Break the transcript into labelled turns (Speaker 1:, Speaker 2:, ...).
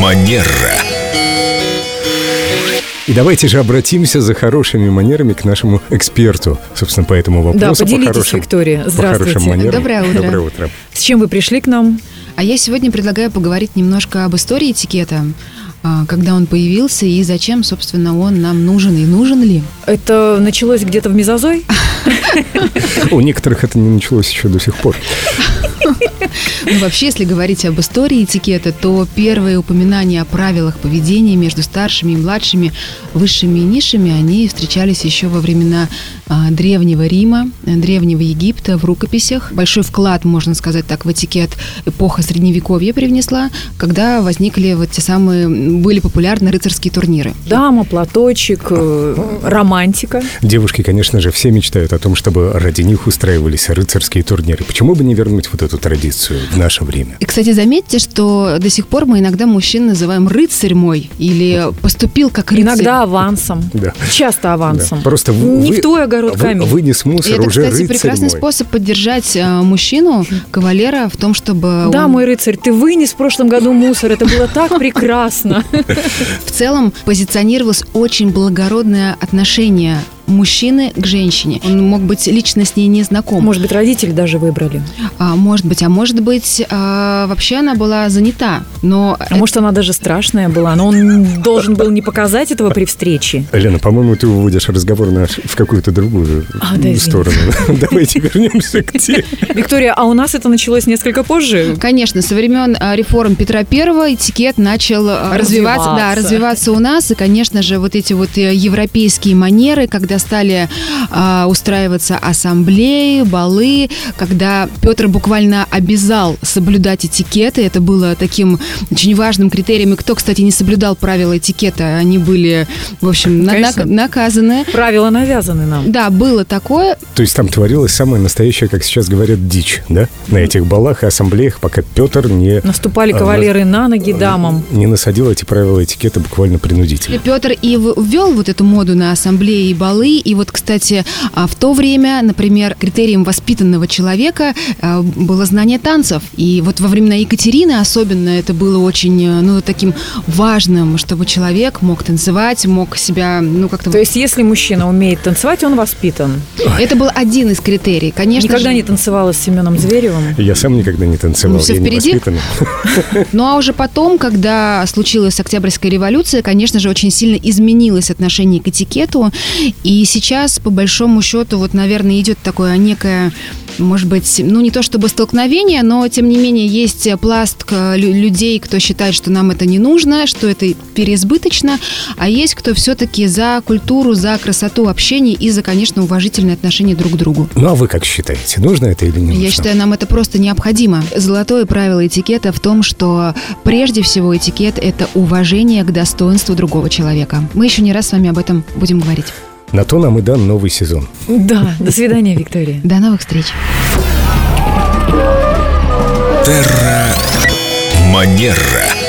Speaker 1: Манера.
Speaker 2: И давайте же обратимся за хорошими манерами к нашему эксперту, собственно, по этому вопросу.
Speaker 3: Да,
Speaker 2: по
Speaker 3: поделитесь,
Speaker 2: хорошим,
Speaker 3: Виктория.
Speaker 2: по
Speaker 3: Здравствуйте.
Speaker 2: хорошим манерам.
Speaker 4: Доброе утро.
Speaker 2: Доброе утро.
Speaker 3: С чем вы пришли к нам?
Speaker 4: А я сегодня предлагаю поговорить немножко об истории этикета, а, когда он появился и зачем, собственно, он нам нужен и нужен ли.
Speaker 3: Это началось где-то в Мезозой?
Speaker 2: У некоторых это не началось еще до сих пор.
Speaker 4: Ну, вообще, если говорить об истории этикета, то первые упоминания о правилах поведения между старшими и младшими, высшими и низшими, они встречались еще во времена а, Древнего Рима, э, Древнего Египта в рукописях. Большой вклад, можно сказать так, в этикет эпоха Средневековья привнесла, когда возникли вот те самые, м, были популярны рыцарские турниры.
Speaker 3: Дама, платочек, э, романтика.
Speaker 2: Девушки, конечно же, все мечтают о том, чтобы ради них устраивались рыцарские турниры. Почему бы не вернуть вот эту традицию в наше время?
Speaker 4: И, кстати, заметьте, что до сих пор мы иногда мужчин называем «рыцарь мой» или «поступил как рыцарь».
Speaker 3: Иногда авансом.
Speaker 2: Да.
Speaker 3: Часто авансом.
Speaker 2: Да. Просто в-
Speaker 3: Не
Speaker 2: вы- а
Speaker 3: в твой огород
Speaker 2: Вы,
Speaker 3: камень.
Speaker 2: вынес
Speaker 4: И
Speaker 2: мусор,
Speaker 4: это,
Speaker 2: уже
Speaker 4: кстати,
Speaker 2: рыцарь
Speaker 4: прекрасный
Speaker 2: мой.
Speaker 4: способ поддержать э, мужчину, кавалера, в том, чтобы
Speaker 3: Да,
Speaker 4: он
Speaker 3: мой рыцарь, ты вынес в прошлом году мусор. Это было так прекрасно.
Speaker 4: в целом позиционировалось очень благородное отношение мужчины к женщине. Он мог быть лично с ней не знаком.
Speaker 3: Может быть, родители даже выбрали.
Speaker 4: А, может быть, а может быть, а, вообще она была занята. Но
Speaker 3: А может, она даже страшная была, но он должен был не показать этого при встрече.
Speaker 2: Лена, по-моему, ты уводишь разговор наш в какую-то другую
Speaker 3: А, да, извини.
Speaker 2: сторону. Давайте вернемся к теме.
Speaker 3: Виктория, а у нас это началось несколько позже?
Speaker 4: Конечно, со времен а, реформ Петра Первого этикет начал а, развиваться,
Speaker 3: Развиваться.
Speaker 4: да, развиваться у нас, и, конечно же, вот эти вот э, европейские манеры, когда стали а, устраиваться ассамблеи, балы, когда Петр буквально обязал соблюдать этикеты, это было таким очень важным критерием, и кто, кстати, не соблюдал правила этикета, они были, в общем, на-
Speaker 3: Конечно.
Speaker 4: нак- наказаны.
Speaker 3: Правила навязаны нам.
Speaker 4: Да, было такое,
Speaker 2: То есть там творилась самая настоящая, как сейчас говорят, дичь, да? На этих балах и ассамблеях, пока Петр не...
Speaker 3: Наступали
Speaker 2: А,
Speaker 3: кавалеры на ноги Ну, дамам.
Speaker 2: Не насадил эти правила этикета буквально принудительно.
Speaker 4: Петр Э, и в- ввел вот эту моду на ассамблеи и балы. И вот, кстати, а, в то время, например, критерием воспитанного человека а, было знание танцев. И вот во времена Екатерины особенно это было очень, э, ну, таким важным, чтобы человек мог танцевать, мог себя, ну, как-то...
Speaker 3: То есть, если мужчина умеет танцевать, он воспитан.
Speaker 4: Это был один из критерий, конечно
Speaker 3: Никогда
Speaker 4: же.
Speaker 3: не танцевала с Семеном Зверевым.
Speaker 2: Я сам никогда не танцевал,
Speaker 4: Ну, всё
Speaker 2: я не
Speaker 4: впереди.
Speaker 2: воспитанный.
Speaker 4: Ну а уже потом, когда случилась Октябрьская революция, конечно же, очень сильно изменилось отношение к этикету. И сейчас, по большому счету, вот, наверное, идет такое некое может быть, ну не то чтобы столкновение, но тем не менее есть пласт э, лю- людей, кто считает, что нам это не нужно, что это переизбыточно, а есть кто все-таки за культуру, за красоту общения и за, конечно, уважительное отношение друг к другу.
Speaker 2: Ну, а вы как считаете, нужно это или не нужно?
Speaker 4: Я считаю, нам это просто необходимо. Золотое правило этикета в том, что прежде всего этикет – это уважение к достоинству другого человека. Мы еще не раз с вами об этом будем говорить.
Speaker 2: На то нам и дан новый сезон.
Speaker 3: Да, до свидания, Виктория.
Speaker 4: До новых встреч!
Speaker 1: Манера.